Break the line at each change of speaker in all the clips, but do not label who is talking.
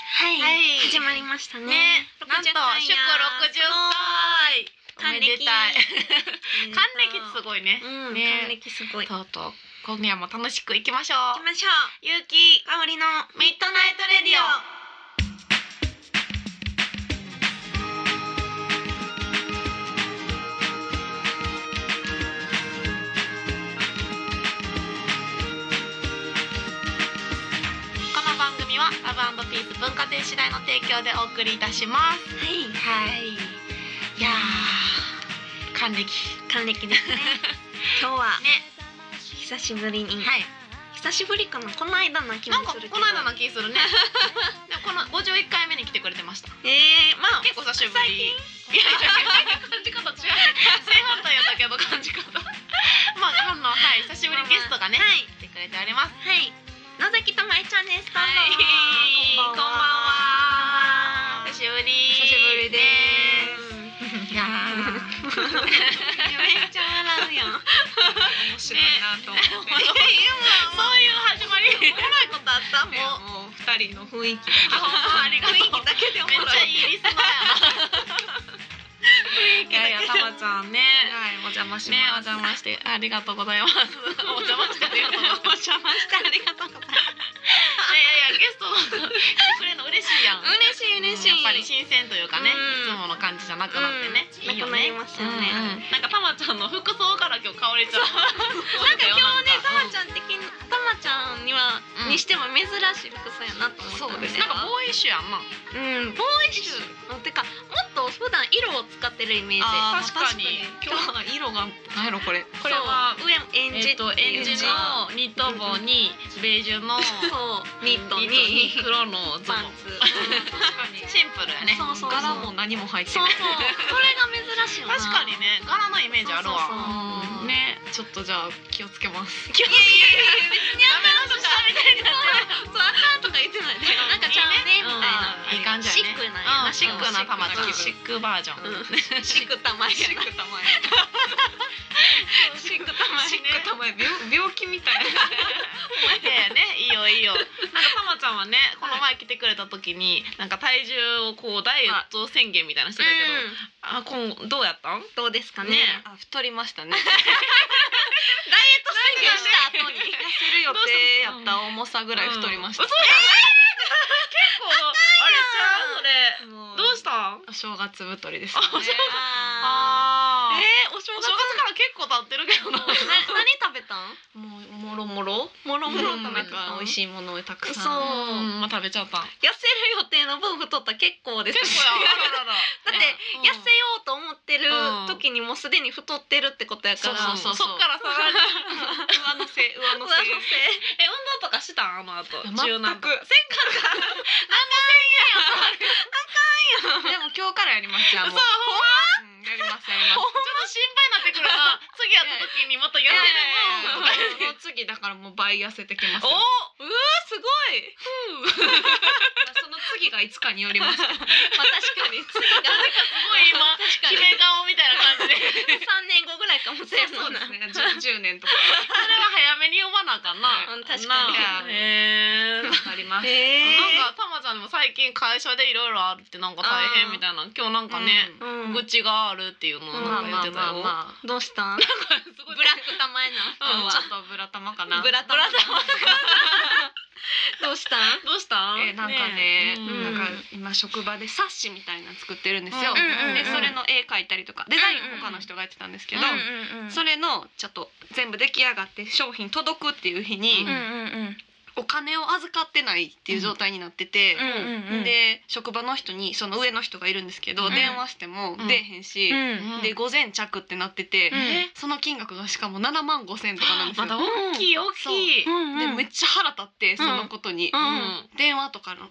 い
始まりましたね。
ねなんと祝60回
還
おめ
暦
でたい還暦す
ご
ごいね
い。うん、
ね
還暦すごい。
と
行
うとう今夜も楽しくいきましょ
き
う
ましょう。
ゆうき
香りの
ミッドナイトレディオこの番組はラブピース文化展次第の提供でお送りいたします
はい、
はいいやー還暦
還暦ですね。 今日は
ね
久しぶりに、
はい
久しぶりかな。この間な気も
なんか
するけど。
この間な気する ねでもこの51回目に来てくれてました
ええー、まあ
結構久しぶ
最
り
近
いやいやなんか感じ方違う正反対やったけど感じ方まあ今のはい久しぶりにゲストがね、
はい
来てくれております
はい。野崎とまえちゃんです。どうも
はい
こんばんは。
久しぶり
久しぶりで
ね いやー
す。めっちゃ笑うやん。
面白いなと思って、
ねそういう始まり
おもろいことあった
いや
もう。
もう二人の雰囲気
あほんまありがとう
雰囲気だけでお
めっ
もろ
ちゃ
い。
いいリスナーや
いやいやたまちゃんね
はい
お邪魔し
ねお
ます、
邪魔してありがとうござ いますお邪魔してありがとうございます
お邪魔してありがとうございま
い
す。
やいやゲストが来てくれるの嬉しいやん
嬉しい嬉しい。
やっぱり新鮮というかね、
うん
いつもの感じじゃなくなってね、
うん
いいよ
なくなり
ね
ましたよね
うんうんなんかたまちゃんの服装から今日香りちゃん
なんか今日ね、たまち
ゃん
ゃん的に、たまちゃんには、
うん
にしても珍しい服装やなと思ったんで。
なんかボーイッシュやんな
うん、ボーイッシュ。てか、もっと普段色を使ってるイメージ。
あー
確かに
確か
今日の色が何やろこれこれ
そう
は
上エンジ
えっとエンジのニット帽にベージュの
そうニット
ニッ
に
トに黒のズボ
パン
ン
ツ。
確かに
シンプルやね
そうそうそう
柄も何も入って
そうそう。
ない
これが珍しいよな。
確かに。ね柄のイメージあるわ
そうそうそう
うんねちょっとじゃあ気をつけます
いやいやいや、別に
ダ
あん
メ
な
なことしたみたいになってる
そうあかんとか言ってない。 なんかちゃうねみたいな。
うんいい感じやね
シックなんや
う
な。
んシックなたまちゃん
シ
シ
ッ
ックバージョン、
クうんシックたまや
シッ
な。
クたま
シックたま
えシックたまえ病病気みたいな
ねねいいよいいよなんかたまちゃんはねこの前来てくれた時になんか体重をこうダイエット宣言みたいなのしてたけど、あこんどうやったん
どうですかね。
ね
あ太りましたね
ダイエット宣言した後に。
痩せる予定やった重さぐらい太りました、
うん嘘あれちゃうそれ
も
どうしたん
お正月太りですよね
あえ
えー、お正
お
月
正月から結構経ってるけど
な
な
何食べたん？
もうもろもろ
もろ
う
もろ食
んな
べ
ん
た
か
ん。
美
い。
味しいものをたく
そ
さ
うん
うんまあ食べちゃ った
痩せる予定の分太ったら結構です。
結構やあららら
だって
うん
痩せようと思ってる時にもうすでに太ってるってことやか
そう
ら。
そうそう
そう
そっからさらに
上乗せ上乗
上乗
せ
せ。
え運動とかしたんあの後
全く
柔軟とか
でも今日からやりますじゃあ
そう
も
ほ
う、
ん
う
ま
ん、やりますやりま
ちょっと心配になってくるな次やった時にまた痩せる分とか
すもう次だからもう倍痩せてきます
お
よ
うわすごい。
その次がいつかによりますけど
まあ確かに次が
すご い今決め顔みたいな感じで
三年後ぐらいかも しれんもんな。
ね10 10年とか
それは早めに読まなあかんな。
うん確かに
なあへえ。なんか
あります
え
たまちゃんでも最近会社でいろいろあるってなんか大変みたいな今日なんかね、
え。うん。
愚痴があるっていうのを
ま
な
あ
んか言っ
まあ
てた
まあ
よ。
まあ
どうしたん？ブ
すごい
ラックたまえな。
うん
ちょっとブラ玉かな
ブラタマどうしたん？
どうしたん？
えーなんかね
うん
なんか今職場で冊子みたいなの作ってるんですよ、
うん
うんうん
でそれの絵描いたりとかデザイ
うんうんうん
ン他の人がやってたんですけど、
うんうん
それのちょっと全部出来上がって商品届くっていう日
う
に、
んうん
お金を預かってないっていう状態になってて、
うんうん。
で職場の人にその上の人がいるんですけど、
うん
電話しても
うん
出えへんし
う、。
うんん
で午前着ってなってて、
うん
え
その金額がしかも7万5千とかなんです
ま
よ。
だ大きい大きい。
うん
でめっちゃ腹立ってそのことに、
うん
電話とかの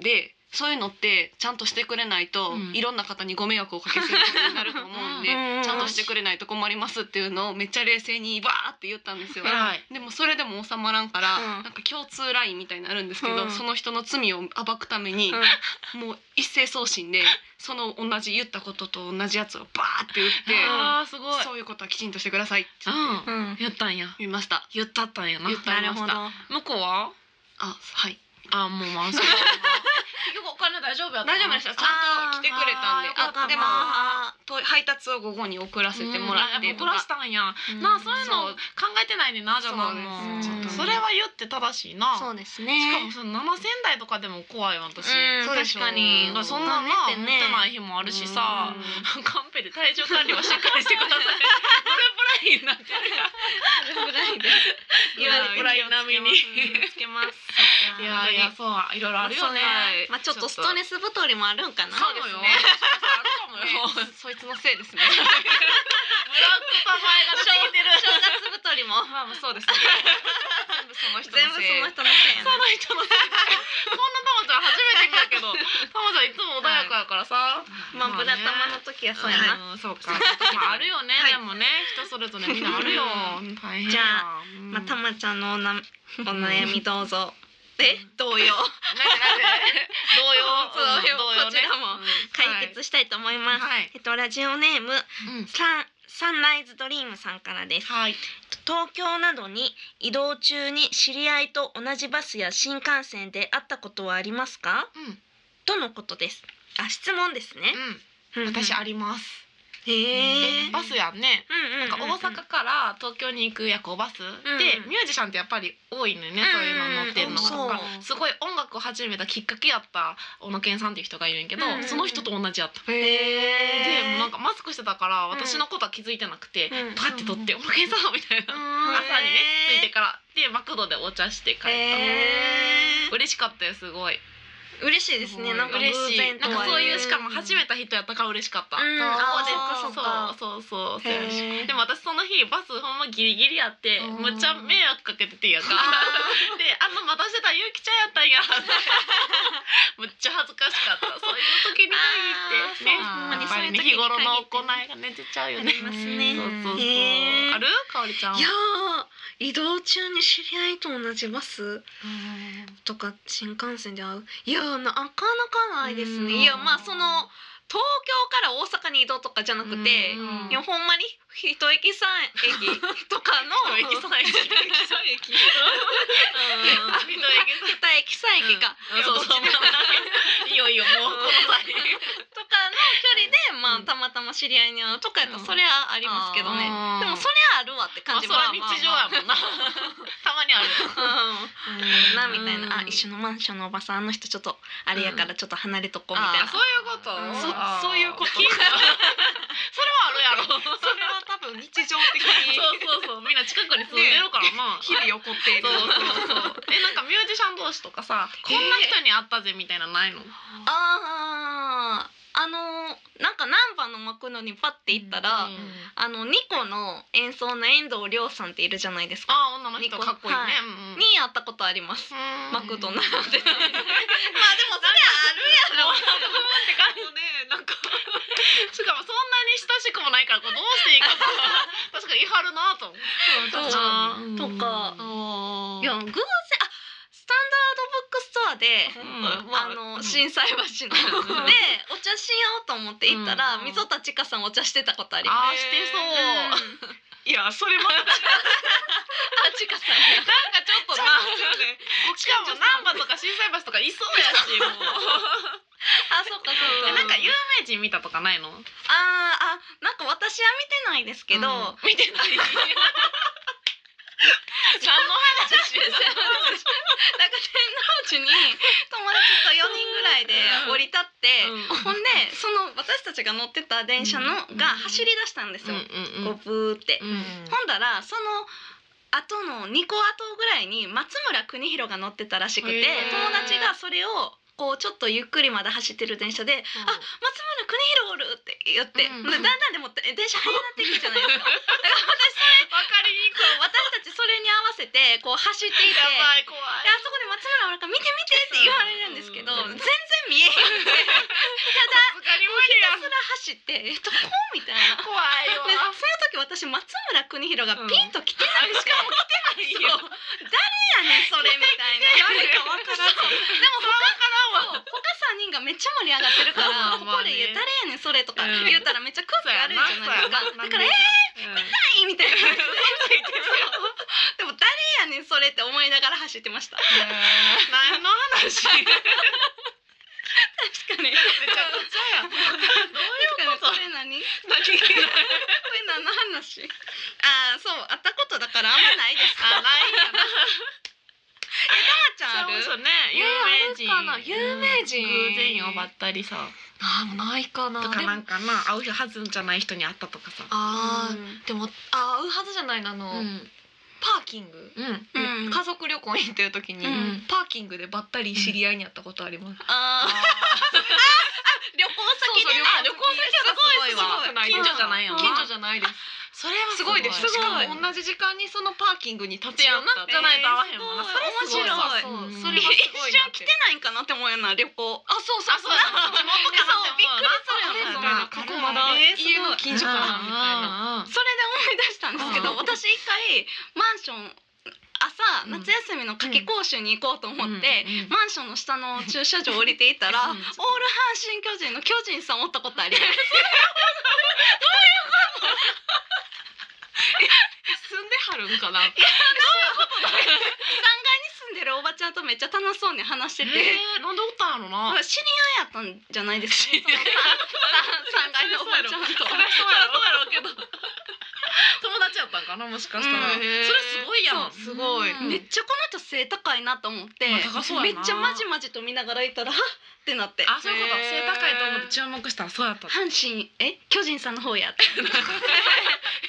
でそういうのってちゃんとしてくれないと、
うん
いろんな方にご迷惑をおかけすることになると思うんで、
うん
ちゃんとしてくれないと困りますっていうのをめっちゃ冷静にバーって言ったんですよ。
偉い
でもそれでも収まらんから、
うん
なんか共通ラインみたいになるんですけど、
うん
その人の罪を暴くために、もう一斉送信でその同じ言ったことと同じやつをバーって打っ
ああすごい
て、。そういうことはきちんとしてくださいって言って
うん
うん。
言ったんや。
言いました。
言ったったんやな。
言った
なるほど。
向こうは？
あはい。
あもうまあそうだな結局お金の大丈夫やった
大丈夫でしたちゃんと来てくれた
あー
んで
よかったな
あでもと配達を午後に送らせてもらって
うんあやっ
と
ぱ
か、
怒らせたんやなあそういうの
そう
考えてないねんなじゃあな
そう
もうち
です
ょっとそ
うん
れは言って正しいなしか
そうですね
もその7000台とかでも怖いわ私
うん
そうでしょ
確かに
だらそんなな持っ
残
て
念ってね
ない日もあるしさ
う ん
カンペで体重管理はしっかりしてくださいブレブラインになってる
ぐらいで
言われてるよ
つけます
いやいやそういろいろあるよね
はい
まあちょっとストレス太りもあるんかな
そうですねあるかもよブラック
そいつのせいですね
玉前ができてる
正月太りも
まあまあそうですね全部その人の
全部そ
せい
の人のせいや
その人のせいこんな玉ちゃん初めて見たけど 玉ちゃんいつも穏やかやからさ、
なまあブラ玉の時はそうやな、
うんそうか。まああるよね。
はい
でもね、人それぞれみんなあるよ。大変や。
じゃ
う
あ
ん、
まあた
なんで
まちゃんのおなお悩みどうぞえ同様
なんで同 様
そう
同様ね。
こちらも解決したいと思います、
はい。
えっとラジオネームサンサンライズドリームさんからです
はい。
東京などに移動中に知り合いと同じバスや新幹線で会ったことはありますか
うん。うん。
とのことですあ質問ですね、うんうん
私あります。
へえ
えバスやんね。
うんうんうんうん、
なんか大阪から東京に行く夜行バス
ん
でミュージシャンってやっぱり多いのよね、そういうの乗ってるのが、
うんうん
だからすごい音楽を始めたきっかけやった小野健さんっていう人がいるんやけど、
うんうん
その人と同じやった。
へ
でなん
か
かマスクしてたから
ん
私のことは気づいてなくて、
うん
パッて取って「おまけさん」みたいな、
うん
朝にね
へ
着
ー
いてからでマクドでお茶して帰った、
へ
嬉しかったよすごい
ー嬉しいですねなんか偶
嬉しい
然
な
と
ん
は
かそういうしかも
初
初めた人やったから嬉しかった、
うんあーそっかそっか
そうそうそうそうやし
め
でも私その日バスほんまギリギリやって
うん
むっちゃ迷惑かけててやんかであの待たしてたゆうきちゃんやったんやむっちゃ恥ずかしかったそういう時に限ってね
あー
やっぱりね
そう
日頃の行いがね出ちゃうよね
あります
そう
ね
そうそう。
へー
あるかおりちゃんは。
いやー移動中に知り合いと同じバス
うん
とか新幹線で会ういやーなかなかないです
うん
ねいやまあその東京から大阪に移動とかじゃなくて
うん
いやほんまに一駅三駅とかの
一駅三駅。一駅。一駅
二駅三駅か、
うんそうそう。いいよいいよもうこの際。
とかの距離で、ま
う
あ、
ん
たまたま知り合いに会うとかやったら
うん
それはありますけどね、
あー
でもそれはあるわって
ま
感
あ
じ
それは日常やもんな。 たまにあるよ。
なみたいな、あ
うん
一緒のマンションのおばさんあの人ちょっとあれやからちょっと離れとこうみたい
あ
な、
そういうこと
うん。
あー
そそういう こと
聞いたそれはあるやろ。
それは多分日常的に
そうそうそうみんな近くに住んでるから な。
日々起こっている
そうそうそう。えなんかミュージシャン同士とかさ、こんな人に会ったぜみたいなのないの？
あーあのーなんか難波の幕のにパッて行ったら、
うん
あのニコの演奏の遠藤亮さんっているじゃないですか
あー女の人かっこいいね。
はい
うんうん
に会ったことあります、
うん
マク ドナルドでまあでもそれ
あ
はあるやろ
って感じねなんかしかもそんなに親しくもないからこうどうしていいかさ確かに言いはるなと思う
確
かに
とか
あ
いや偶然あスタンダードブックストアで、
うん
あの心斎橋のでお茶しようと思って行ったら、
うん
溝田千佳さんお茶してたことあります。
あーしてそう
うん
な
あ
んか
いやそれまた
千佳さんや。
ちょっとな しかも難波とか心斎橋とかいそうやしも う
あそうかそう
え
か。
なんか有名人見たとか ないの
あーあなんか私は見てないですけど、
うん見てない何の話
なんか天王寺に友達と4人ぐらいで降り立って、
う
ほんでその私たちが乗ってた電車の
うん
が走り出したんですよ、
んうんうん
こうブーって。
うん
ほんだらその後の2個後ぐらいに松村邦洋が乗ってたらしくて
へー
友達がそれをこうちょっとゆっくりまだ走ってる電車で「あ松村邦洋おる!」って言って、
うん
でだんだんでもって電車速くなっていくじ ゃないですか
わかりにくい
そう私たちそれに合わせてこう走っていて。
やばい怖
であそこで松村おるから見て見てって言われるんですけど
うん
全然見えへん くてただ
いさすがに無理やん
それ走ってえっとこうみたいなで
怖い
そ
わ
の時私松村邦洋がピンと来て
あ
な
れ
い
しかも来てないよ
やねんそれみたいな
誰かわからん
でも
わ
そう他三人がめっちゃ盛り上がってるから、
まあまあ
ここ
ね
で言う誰やねんそれとか言うたらめっちゃ空気悪いじゃないですか。だからえ
え
ーいみたいな。でも誰やねんそれって思いながら走ってました。
何の話
かに。
めちゃくちゃやん。どういうこと
こ？れ何？これ何の話？ああ、そう、会ったことだからあんまないです。
あないやな。
たまちゃんある？
そうそうね有名人。
有名人。
偶然呼ばったりさ。
あーないかな。
とかなん
でも
かな会うはずじゃない人に会ったとかさ。
あ
ああ、でもあー会うはずじゃないなあの、
うん。
パーキング。
うん。
うん
家族旅行に行ってる時に、
うん
パーキングでばったり知り合いに会ったことあります。
あー
旅行先で
あ
あ
旅
旅
行
行
先
先
すごいわ
近所じゃないよな
近所じゃないです。
それは
すごいです。し
し
か
か
も
も
同じ時間にそのパーキングに立ち
じ
会
ゃ
ったって
じゃないと合わへんもんな。
それ
面白い
面白い。
うん
それはすごいなって。
ないんかなって思うような旅行。
あ、そうそうそう。
地元かなって思うよな
そう
そう
なんかここまだ
えーすごい
家の近所かなみたいな。
な。
それで思い出したんですけど、
うん
私一回マンション朝
うん
夏休みの夏季講習に行こうと思って、
うんうん
マンションの下の駐車場降りていたら、
うん
オール阪神巨人の巨人さんおったことあります。
住んではるんかな。
3階に住んでるおばちゃんとめっちゃ楽しそうに話してて。
えーなんでおったんやろな。
知り合いやったんじゃないです か、ね。三階のおばちゃんと。
そりゃそうやろうけど。友達やったんかなもしかしたら。
う
そ
ん
れすごいやん。
そうすごい
うん
めっちゃこの人背高いなと思って、
まあ高そう
め
や
っ
な
ちゃまじまじと見ながらいたらはっってなって
あそういうこと。
へ
背
ー
高いと思って注目したらそうやった。
阪神え巨人さんの方 やって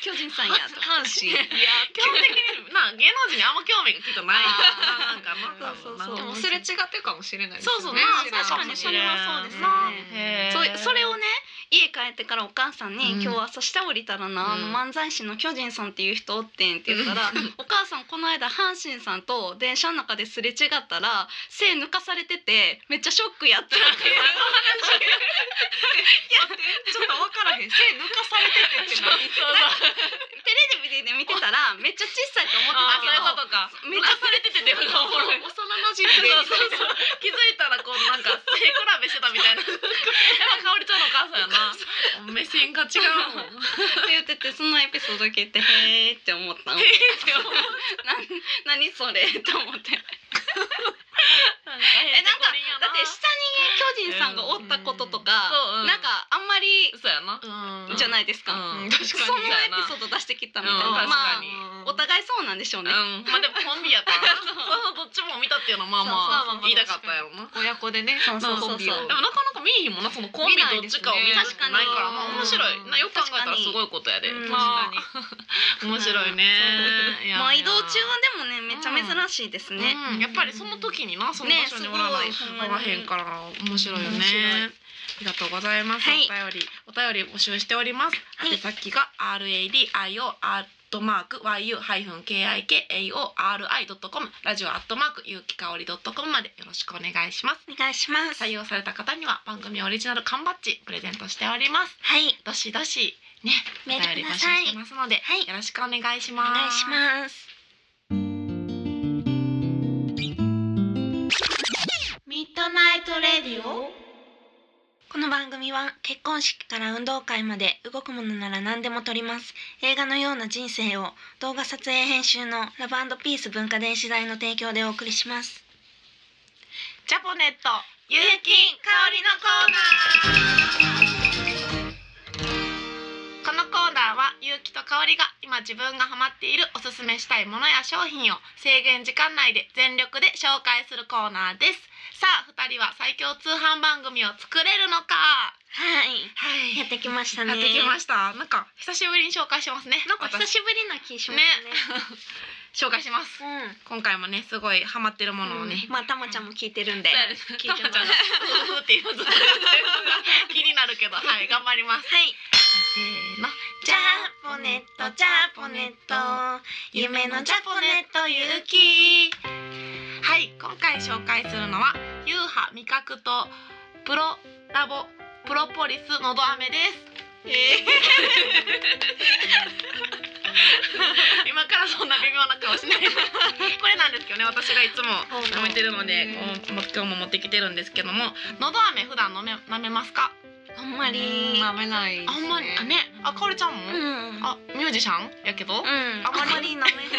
巨人さんやと
阪神。
基本的にな芸能人にあんま興味がきっとない
あー
なんかな多分な
そうそうそう
でもすれ違ってるかもしれないです
そ
よ
うそう
ね。
まあ
知らん
確
そう
かにそれはそうですね
な
へー
そそれをね家帰ってからお母さんに
う
「
ん
今日朝下降りたらな、あの
うん
漫才師の巨人さんっていう人おってん」って言ったら 「お母さんこの間阪神さんと電車の中ですれ違ったら背抜かされててめっちゃショックやった」っていう
ちょっとわからへん。背抜かされててって何？
テレビでね見てたらめっちゃ小さいと思って
あー
た
そ
け
ういう
ど
ことか。
め
めっ
っ
ち
ちゃ
ゃされててでもおも ろい
幼馴染
そうそうそ
で。
う気づいたらこうなんか背比べしてたみたいな。やっぱ香りちゃんのお母さんやな。目線が違うもん。
って言っててそのエピソード聞いて「へーって思っ たの
へーって思う
なん何それと思って
なんか
えなんか
ペコリンや
だって下に巨人さんがおったこととか、
うんうん
なんかあんまり
そうやな。うん
じゃないですか、
うん
確
そ
かに
のエピソード出してきたみたいな、
うん確
まあ
かに
お互いそうなんでしょうね、
うん、まあでもコンビやからなそうそうどっちも見たっていうのはまあまあ言いたかったやろな。
親子でね。
そうそうそうそう
コンビを
でもなかなか見えへんもんなそのコンビどっちかを見
見
る
ない
です
っ
ね
てないからまあ面白
う
い
ん
なよく考えたらすごいことやで
確かに
まあ
確
面白いねいや
まあ移動中はでもねめっちゃ珍しいです
うん
ね、
やっぱりその時になその場所におらない
ねす
お
ごい
らへんから面白いよね
面白い
ありがとうございます、
はい
お便りお便り募集しております
はい
宛先が RADIO アットマーク YU-KIKAORI.com ラジオアットマーク有機香り .com までよろしくお願いします
お願いしますは
採
い、
用された方には番組オリジナル缶バッジプレゼントしておりますどしどしね
メールくださ
お便り募集して
い
ますので、
はい
よろしくお願いし
お
ます
願いしますミッドナイトレディオこの番組は結婚式から運動会まで動くものなら何でも撮ります映画のような人生を動画撮影編集のラブピース文化電子台の提供でお送りします
ジャポネット
ゆうきん香りのコーナ
このコーナーは勇気と香りが今自分がハマっているおすすめしたいものや商品を制限時間内で全力で紹介するコーナーですさあ二人は最強通販番組を作れるのか
ーはい
はい
やってきましたね
やってきましたなんか久しぶりに紹介しますね
なんか久
私
しぶりな気します
紹介します
ねう
今
ん
回もねすごいハマってるものをね、
まあたまちゃんも聞いてるんで
そうやね
聞いても
た
らう
まちゃんがふーって言うのずっと気になるけどはい頑張ります
はい
せーの
ジャポネットジャポネット夢のジャポネット勇気
はい今回紹介するのはユーハ味覚とプロラボプロポリスのど飴です
え
今からそんな微妙な顔しないでこれなんですけどね私がいつも舐めてるのでこう今日も持ってきてるんですけどものど飴普段飲め舐めますか
あんまり
舐めないです。
あんまりあねあかおりちゃんも、
うん
あミュージシャンやけど、
うん、
あまり
舐めて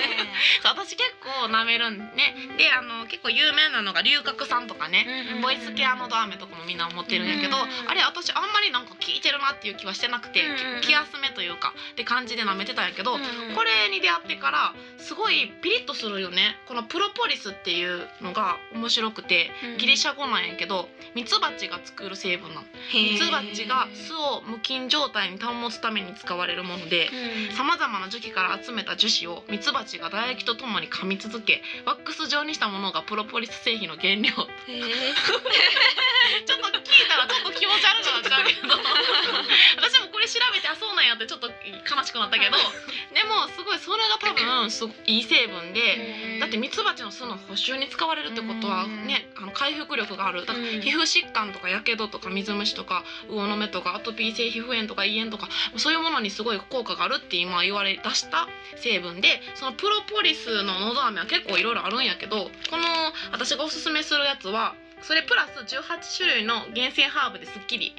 そう私結構舐めるんねであの結構有名なのが龍角さんとかね、
うん
ボイスケアのドアメとかもみんな持ってるんやけど、
うん
あれ私あんまりなんか聞いてるなっていう気はしてなくて、
うん
気休めというかって感じで舐めてたんやけど、こ
れ
れに出会ってからすごいピリッとするよねこのプロポリスっていうのが面白くてギリシャ語なんやけどミツバチが作る成分なのミツバチが巣を無菌状態に保つために使われるものでさまざまな樹皮から集めた樹脂をミツバチが唾液とともに噛み続けワックス状にしたものがプロポリス製品の原料 ちょっ
へ
と聞いたらちょっと気持ち悪くなっちゃう けど私もこれ調べてあそうなんやってちょっと悲しくなったけどでもすごいそれが多分すごいいい成分で。
え
だってミツバチの巣の補修に使われるってことは
うん
ねあの回復力があるだから
うん
皮膚疾患とかやけどとか水虫とか魚の目とかアトピー性皮膚炎とか胃炎とかそういうものにすごい効果があるって今言われ出した成分でそのプロポリスののど飴は結構いろいろあるんやけどこの私がおすすめするやつはそれプラス18種類の厳選ハーブですっきり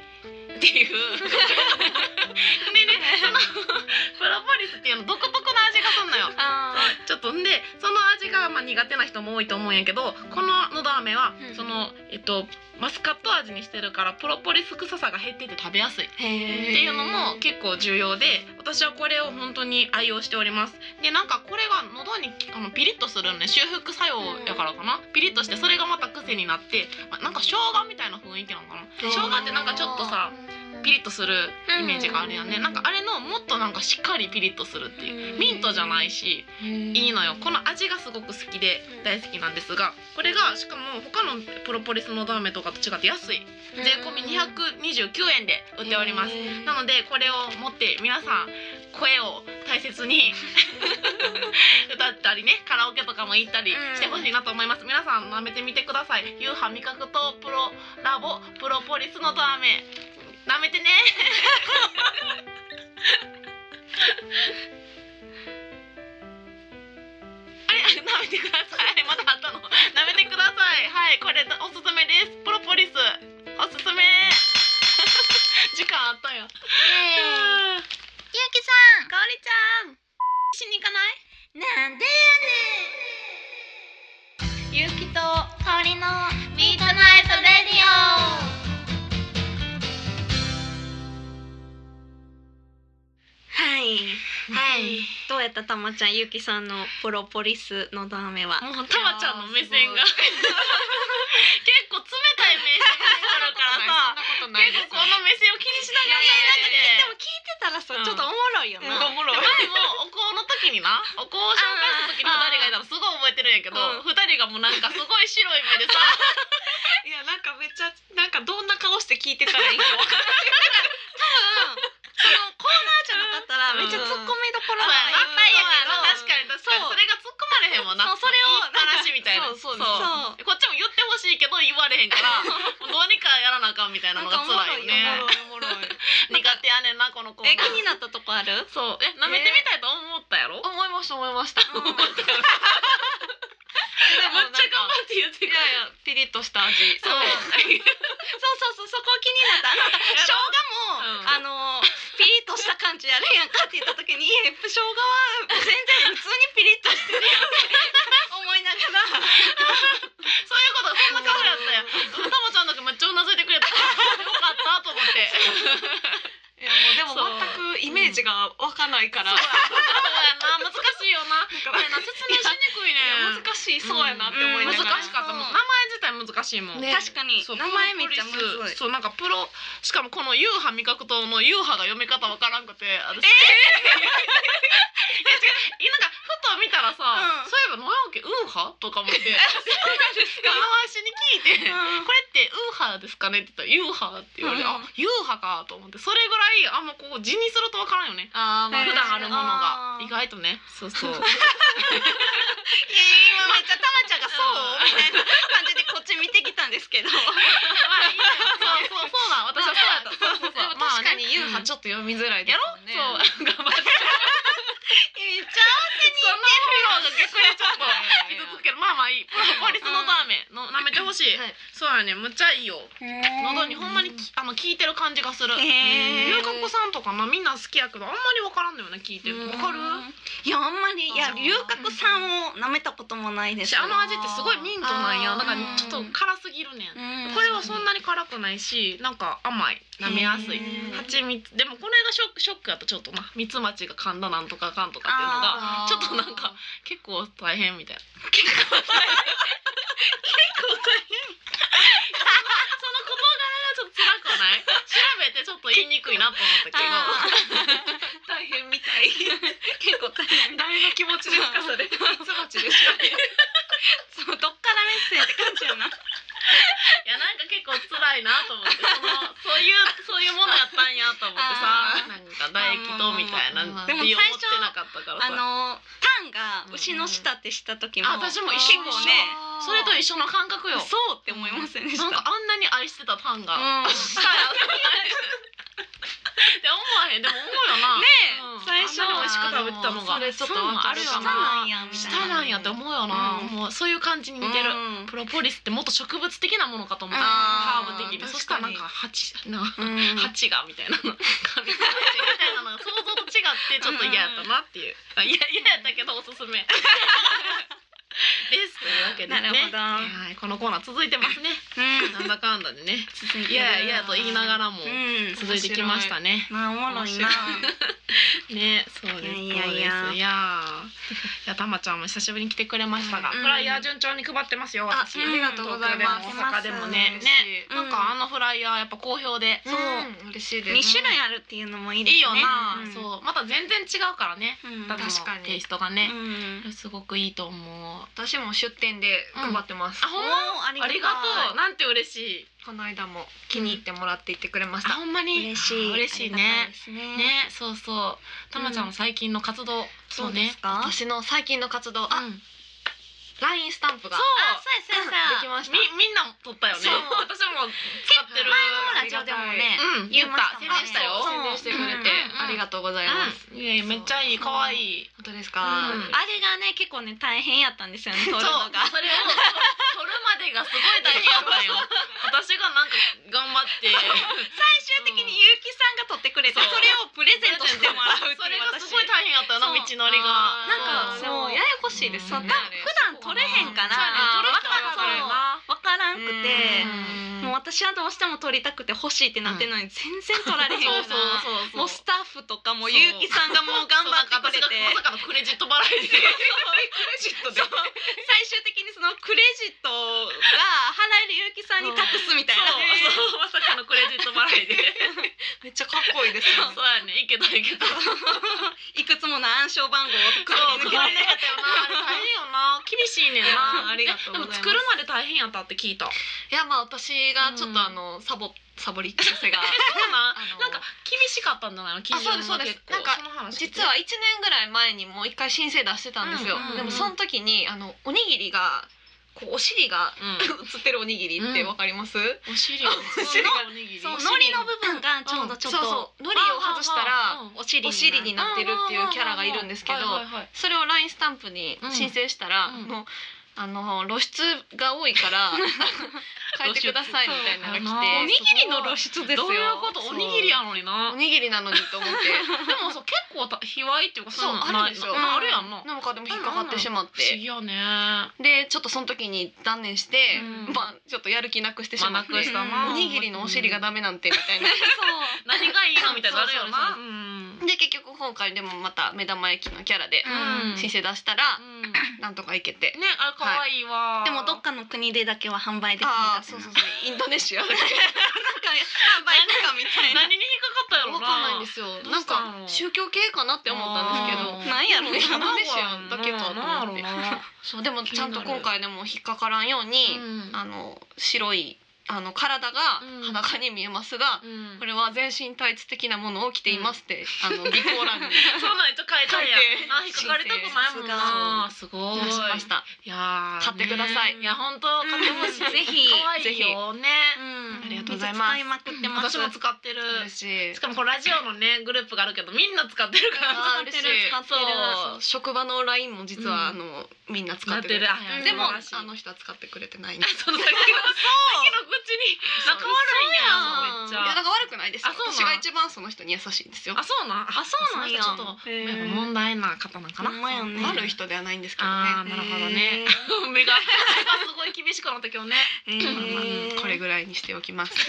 って いうでねそのプロポリスっていうの独特の味がすんのよ。
あ
ちょっとんでその味がまあ苦手な人も多いと思うんやけどこののど飴は、
うん
そのえっとマスカット味にしてるからプロポリス臭さが減ってて食べやすいっ
ーへえ
ていうのも結構重要で私はこれを本当に愛用しておりますでなんかこれが喉にあのピリッとするのね修復作用やからかな、ピリッとしてそれがまた癖になってまあなんか生姜みたいな雰囲気なのかな生姜ってなんかちょっとさピリッとするイメージがあるよね、
うん
なんかあれのもっとなんかしっかりピリッとするっていうミントじゃないしいいのよこの味がすごく好きで
うん
大好きなんですがこれがしかも他のプロポリスのど飴とかと違って安い税込み229円で売っておりますなのでこれを持って皆さん声を大切に歌ったりねカラオケとかも行ったりしてほしいなと思います皆さん舐めてみてください夕飯味覚とプロラボプロポリスのど飴舐めてね あれ舐めてくださいまだあったの舐めてくださいはいこれおすすめですプロポリスおすすめ時間あったよう
ゆ
ん
うきさん
かおりちゃんしに行かない
なんで
ゆうきと
やねん香りの
ミートナイトレディ
はい
オ
はいどうやったたまちゃんゆうきさんのポロポリスのど飴は
もうたまちゃんの目線が
いやー
結構冷たい目してくる からさ
そんなことないで
結
す
構この目線を気にしながら
で
やってて
も聞いてたらさ、
うん
ちょっとおもろいよな、
おもろい前もお香の時になお香を紹介した時に二人がいたのすごい覚えてるんやけど
うん
二人がもうなんかすごい白い 目でさ
いやなんかめっちゃなんかどんな顔して聞いてたらいいか分かんない
多分そのコーナーじゃなかったらめっちゃツッコミどころがいっぱいや
確かに確かに
そう
それが突っ込まれへんもんな
そうそれを
話みたいな
そうそう
そう
こっちも言ってほしいけど言われへんからもうどうにかやらなあかんみたいなのが辛いよね
おもろいおもろい
苦手やねんなこの子
え気になったとこある
そうえ舐めてみたいと思ったやろ、
思いました思いました
うん
思ったよ
めっちゃ頑張って言って
い
くれる
やいやピリッとした味
そう
そうそうそうそこ気になったあなんか生姜も、あのピリッとした感じやるやんかって言った 時にいや生姜は全然普通にピリッとしてるやんって思いながら
そういうことそんな顔やったやんたまちゃんだけめっちゃうなずいてくれたからよかったと思って
いやもうでも全くイメージがわかんないから、い
そうやな難しいよなそうやな説明しにくい
や
ね
難しいそうやなって思いなが
うん難
ら、
しかったもん名前自体難しいもん、
ね
確かに
そ
名
う
前めっちゃむ
プロポリ
ずい
スそうなんかプロしかもこの「ユーハ味覚糖」の「ユーハ」が読み方わからんくて私えいや違うなんかふと見たらさ、
うん
そういえば何やっけ「うんは」とか思って
なんです
回しに聞いて。
うん
これってウーハーですかねって言ったらユーハーって言われて、
うん
あユーハかと思ってそれぐらいあんまこう字にするとわからんよね
あーまあ
普段あるもの
あ
が
ー
意外とねそう そう
いや今めっちゃたまちゃんがそうみたいな感じでこっち見てきたんですけど
そうそうそうなん私はそうやったそうそうそう
でも確かにユーハ
ちょ
ちょっと読みづらいです
やろ
もんね
そう頑張って
めっち
その方が
ゃ
逆にちょっと
いやいやいや
傷つけるまあまあいいポリスのダーメンの舐めててほしい、
はい
そうやねむっちゃいいよ喉
喉
にほんまにきあの効いてる感じがする、
へー
ゆうかこさんとかなみんな好きやけどあんまりわからんのよね聞いてるとわかる
いやあんまりい
あ
や
ー
龍角散を舐めたこともないです
しあの味ってすごいミントなんや
あー
だからちょっと辛すぎるねん
うん
これはそんなに辛くないしなんか甘い舐めやすい
へー
蜂蜜でもこの間ショックショックやったちょっとなミツバチが噛んだなんとかかんとかっていうのが
あー
ちょっとなんか結構大変みたいな
結構
結構大変その言葉柄がちょっと辛くはない調べてちょっと言いにくいなと思ったけど
あ
大変みた い。
ー結構大変だ
誰の気持ちですかそ れ
ミツバチでしかね。
そうどっからメッセージって感じよない
やなんか結構辛いなと思ってそのそういうそういうものやったんやと思ってさ
あー
なんか唾液とみたいなって
で
思
も
って
最初
なかったから
あ
さ
のタンが牛の舌ってした時も
うんあ私も一
結
緒
構ね
それと一
緒。
緒の感覚よ
そうって思いませんでした
なんかあんなに愛してたパンが、
うん
したよって思わへんでも思うよな
ね
うん
最初
あんなに美味しく食べてたのが
それちょっとわかる
そ
下
う
な
なんん
やみ
した
いな
たなんやって思うよな、
うん
もうそういう感じに似てる、プロポリスってもっと植物的なものかと思った
あ
ハ
ー
ーブ的で
確かに
そしたらなんか蜂な
うん、うん
蜂がみたいな の神様蜂みたいなのが想像と違ってちょっと嫌やったなっていうあいや嫌やったけどおすす めですというわけですね
なるほど
はいこのコーナー続いてますねなんだかんだで ね
続い
い
てる
やいやいやと言いながらも
うん
続いてきましたね。
まあおもろいな
面白い
ね、そうです。
いやいやいや
そうですいやー、いやたまちゃんも久しぶりに来てくれましたが、
うん
フライヤー順調に配ってますよ。
あ、あ
私、
りがとうございます。
東京でも大阪でもね、ね、
ね。
うん
なんかあのフライヤーやっぱ好評で、
う
そ
ん
う、嬉しいです。
二種類あるっていうのもいいですね
いいよな。
うん
そう、また全然違うからね。
うん
二つ
確か
の
に
テイストがね、
うん
すごくいいと思う。
私も出店で配ってます。
あ、ほんま。
おー
ありがとう。なんて嬉しい。
この間も気に入ってもらって行ってくれました
あ、。ほんまに
嬉しい
あ嬉しいね。
ありがたですね
ね、そうそう。たまちゃんの最近の活動、
そうですか
私の最近の活動、
あ、
あ、ラインスタンプが
そ
で
う。
そうやそうや
き
そうや
ました
み。みんな撮ったよね。
そう
私も使ってる。
前のラジオでもね
うん、言った。宣
言いま
伝
し
したた
も
よ。
んね
宣伝してくれて
うん
ありがとうございます。
うん、いやいや、めっちゃいい、可愛いい。
本当ですか
うん。
あれがね結構ね大変やったんですよね撮るの
そう、
が
それを撮るまでがすごい大変やったん よ。私がなんか頑張って。
最終的に結城さんが撮ってくれて、
うん
それを プレゼントしてもらうっていう
それが
私
すごい大変やったよな、
そ
道
う
のりが。
なんか
そう
そう
そうややこしいです、
うん
そう多分普段撮れへんから、
そうやね撮る人は
わからんわからんくて、
うん
もう私はどうしても撮りたくて欲しいってなってるのに全然撮られへん
そう
か
そ
ら
うそうそう。
もうスタッフとか
そ
も
う
ゆうきさんがもう頑張ってくれて
そうなんか私がまさかのクレジット払いで。クレジット
そう最終的にそのクレジットが払えるゆうきさんに託すみたいな、
そうそうまさかのクレジット払いで
めっちゃかっこいいですよね
そうやねいけたいけたそう
いくつもの暗証番号をくり抜け
変わん
て
なかったよな大変よな厳しいねんな
ありがとうございます
でも作るまで大変やったって聞いた
いやまあ私がちょっとあのサボサボり癖 が
そうな
あの
なんか厳しかったんじゃないの基準が
あそうです
結構
そうです
その話
実は1年ぐらい前にもう一回申請出してたんですよ、
うんうんうん
でもその時にあのおにぎりがこうお尻が映ってるおにぎりってわかります、
うんお尻を
お尻が
おにぎり
そう
お
海
尻
苔の部分がちょうどちょっと、
そうそう海苔を外したら
うん
お尻
お尻になってるっていうキャラがいるんですけど
はいはいはい
それを LINE スタンプに申請したら、
うんうん
もうあの露出が多いから変えてくださいみたいなのが
あ
お
の
に
来て
ぎりの露出ですよ
どういうことおにぎりやのに
お
なで
にぎりなのにと思って
も そう結構た卑猥っていうか
そう
の
あるんですよ
ななあるやんな
なんかでも引っかかってしまっ
不思
て
議よね
でちょっとその時に断念して、
うん
まあちょっとやる気なくしてしまって、
まあなくしたな
おにぎりのお尻がダメなんてみたいな
そう
何がいいのみたいになるよな。。
そううんで結局今回でもまた目玉焼きのキャラで
うん
申請出したら、なんとかいけて、
ね、あれ可愛いわ。
でもどっかの国でだけは販売できな
あ
か
あ
った
そう
な
そうそうインドネシアわ
なんか販売とかみたいな
何に引っかかったやろな。
かんないんですよ
どう
なん
したの
か宗教系かなって思ったんですけど
あー
なんやろ
インドネシアだけか
な
と思って
な。
そうでもちゃんと今回でも引っかからんよう
う
に、
ん。
あの白いあの体が
うん
裸に見えますが、
うん
これは全身タイツ的なものを着ていますって、あの備考欄に
そうなんやちょっと変えたんや
変えて
あ引っかかれたくないもんな。すごい。
出しました。
いやー。
買ってください
ねいや本当買ってほしい。
うんぜひ
可愛いよね。
う
うん
ん
ありがとうございます
めっちゃ使いまくってます。
私も使ってる
嬉しい
しかもこれラジオのねグループがあるけどみんな使ってるから
あー嬉しい
使ってる
そう職場の LINE も実は、
うん
あのみんな使ってる
なってるあ
で
素
も
晴らしい
あの人は使ってくれてないんです
その先の先の愚痴に仲悪いんやめっ
そう
ち
や
いや
ゃ
なんか悪くないですよ
あそうなん
私が一番その人に優しいんですよ
あそうなん
あそうなんや
その人ちょっとやっぱ問題な方なんかな
ほんまやね
悪い人ではないんですけどね
あーなるほどね目が目が すごい厳しくなった今日ね
えーまあまあうんこれぐらいにしておきます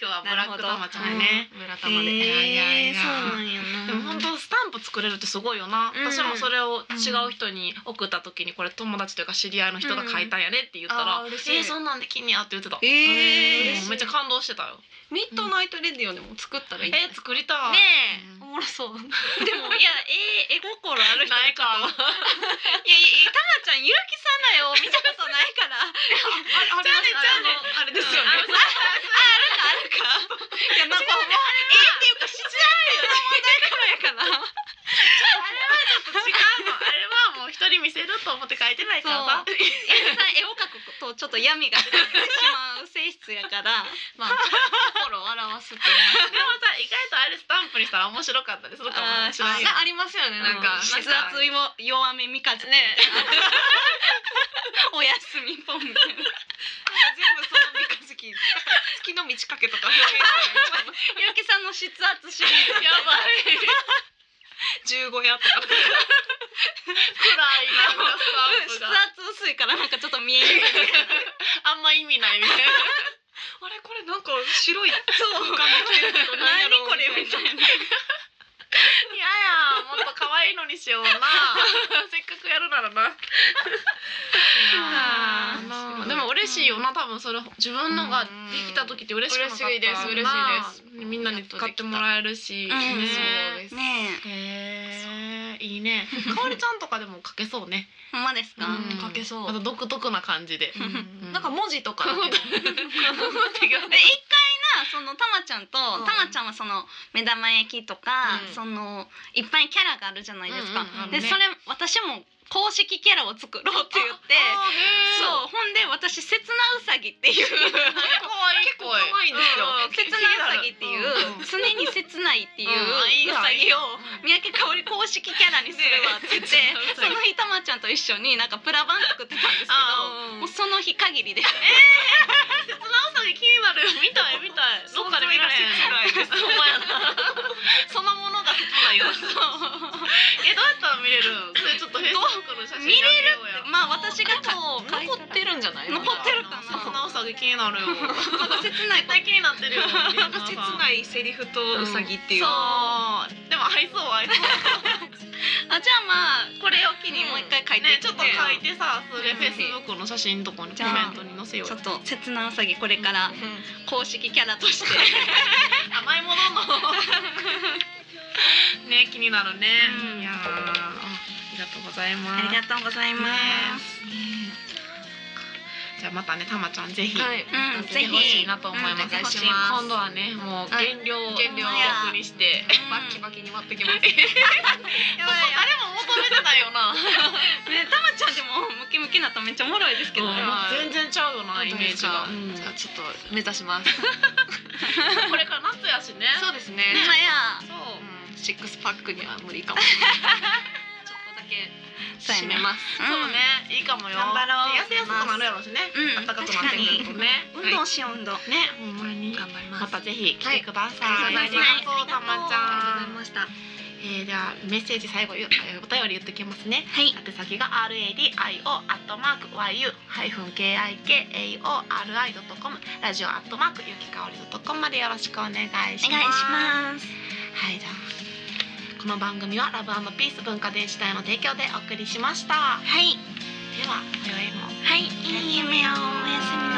今日はブラック玉ちゃんやね村
ほど
玉
へー
で。
いやいやいや
そうなんやな。
でも本当スタンプ作れるってすごいよな、
うん
私もそれを違う人に送った時にこれ友達というか知り合いの人が書いたんやねって言ったら「
うんあー嬉しい
えーそんなんできんねや」って言ってた、
え
ー
うんめっちゃ感動してたよ
ミッドナイトレディオでも作ったらいいんじゃない
えー、作りたい、
ねえ、
うん
おもろそう。でもいやえー、絵心ある人
ない
と
か
いやいやたまちゃんゆうきさんだよ見たことない から。
ああ
じゃあね
あ
じゃあね
あのあれですよね
あれ
あるかあるか。いやまあこうもうえー、っていうか質の問題からやから。
違うのあれはもう人に見せると思って書いてないからさ
絵を描くとちょっと闇が出てきてしまう性質やから。
まあ心を表すっていう
でもさ意外とあれスタンプにしたら面白かったりするかも
あー
知らんけど
のがありますよねなんか
うん
筆圧
なんか
いも弱めみかつね。 おやすみぽんみたいな。
全部その三日月月の満ち欠けとか表現してる
ゆうきさんの筆圧シリーズ。
やばい
十五夜とか
暗いなこの
うん
ス
筆
タンプが
圧薄いからなんかちょっと見えにくい。
あんま意味ないみたいな
あれこれなんか白い
そう。
浮かんできてるけど何 や
何
ろう
これみたいな。
いややもっと可愛いのにし ようなせっかくやるならな
や
ー
な
そう
でも嬉しいよな多分それ自分のができた時って嬉しくなかった
嬉しいです嬉しいです
みんなに使ってもらえるし、
うん
ね
そうです
ねえ、
へえいい ねかおりちゃんとかでも書けそうね
ほんまですか。
うん
書
書けそう
また独特な感じで
うん
な んか文字とかだけでも
え一回なそのたまちゃんと
うん
たまちゃんはその目玉焼きとか、
うん
そのいっぱいキャラがあるじゃないですか、
うんうんあるね
でそれ私も公式キャラを作ろうって言って
そう
そうほんで私「せつなうさぎ」っていう
可愛い声
結構可愛いんですよ
うんうん
「せつなうさぎ」っていううん常に切ないっていう
うんあいいうな
さぎを
うん
三宅かおり公式キャラにするわって言って
ねえ
その日たまちゃんと一緒になんかプラ版作ってたんですけ
あ
どもうその日限りで
切なさが気になる見たい見た いどっかで見られへん
切ないです
ほんまやなそのものが切ないよえどうやったら見れるんそれちょっとフェイスブックの写真
見れ
る
まあ私がか
う残ってるんじゃない
残ってるか
切
な
なさが気にな るよ絶
なんか切ない
対気になってるよ
なんか切ないセリフとウサギっていう、
そうでも愛想愛想
あじゃあまあこれを機にもう一回書いて
ね
みて
ちょっと書いてさそれ
うん
フェイスブックの写真とかにコメントに載せよう
ちょ
よ
っと切なうさぎこれから
うん
公式キャラとして
甘いものの ね気になるね、
うん
いやーあありがとうございます
ありがとうございます
す、ねじゃあまたねたまちゃんぜひ、
はい
うん
ぜ
ぜ
ひほしい
ひ
なと思います,、
うんお願いします
今度はねもう
はい
減量を
減量
逆にして、
うん
バッキバキに割ってきます、
そうあれも求めてないよな
ねたまちゃんでもムキムキなとめっちゃおもろいですけど
う
ね
ん全然ちゃうよなイ
本当
メ
で
ージ
す
が
か、
うん
じゃあちょっと目指します
これから夏やしね
そうですね
ほんまや
そう
うんシックスパックには無理 かもしれないちょっとだけ締めます
そうね、いいかもよ。
頑張ろう
痩せやすくなるやろうしね。
う
暖
ん
かくなってくるとね。
運動しよう運動は
ね、ほんまに。
頑張ります
またぜひ来てくださ。
はいい
ありがとう、たまちゃ
ありがとうござい
ん。
ました
えー、ではメッセージ最後言うえーお便り言っときますね。
い
宛先が r a d i o アットマーク y u ハイフン k i k a o r i ドットコムラジオアットマークゆきかおりドットコムまでよろしくお願いし
お
ます。
願いします
はいじゃあこの番組はラブピース文化電子体の提供でお送りしました。
はい
では今宵も。
はいいい夢をおやすみなさい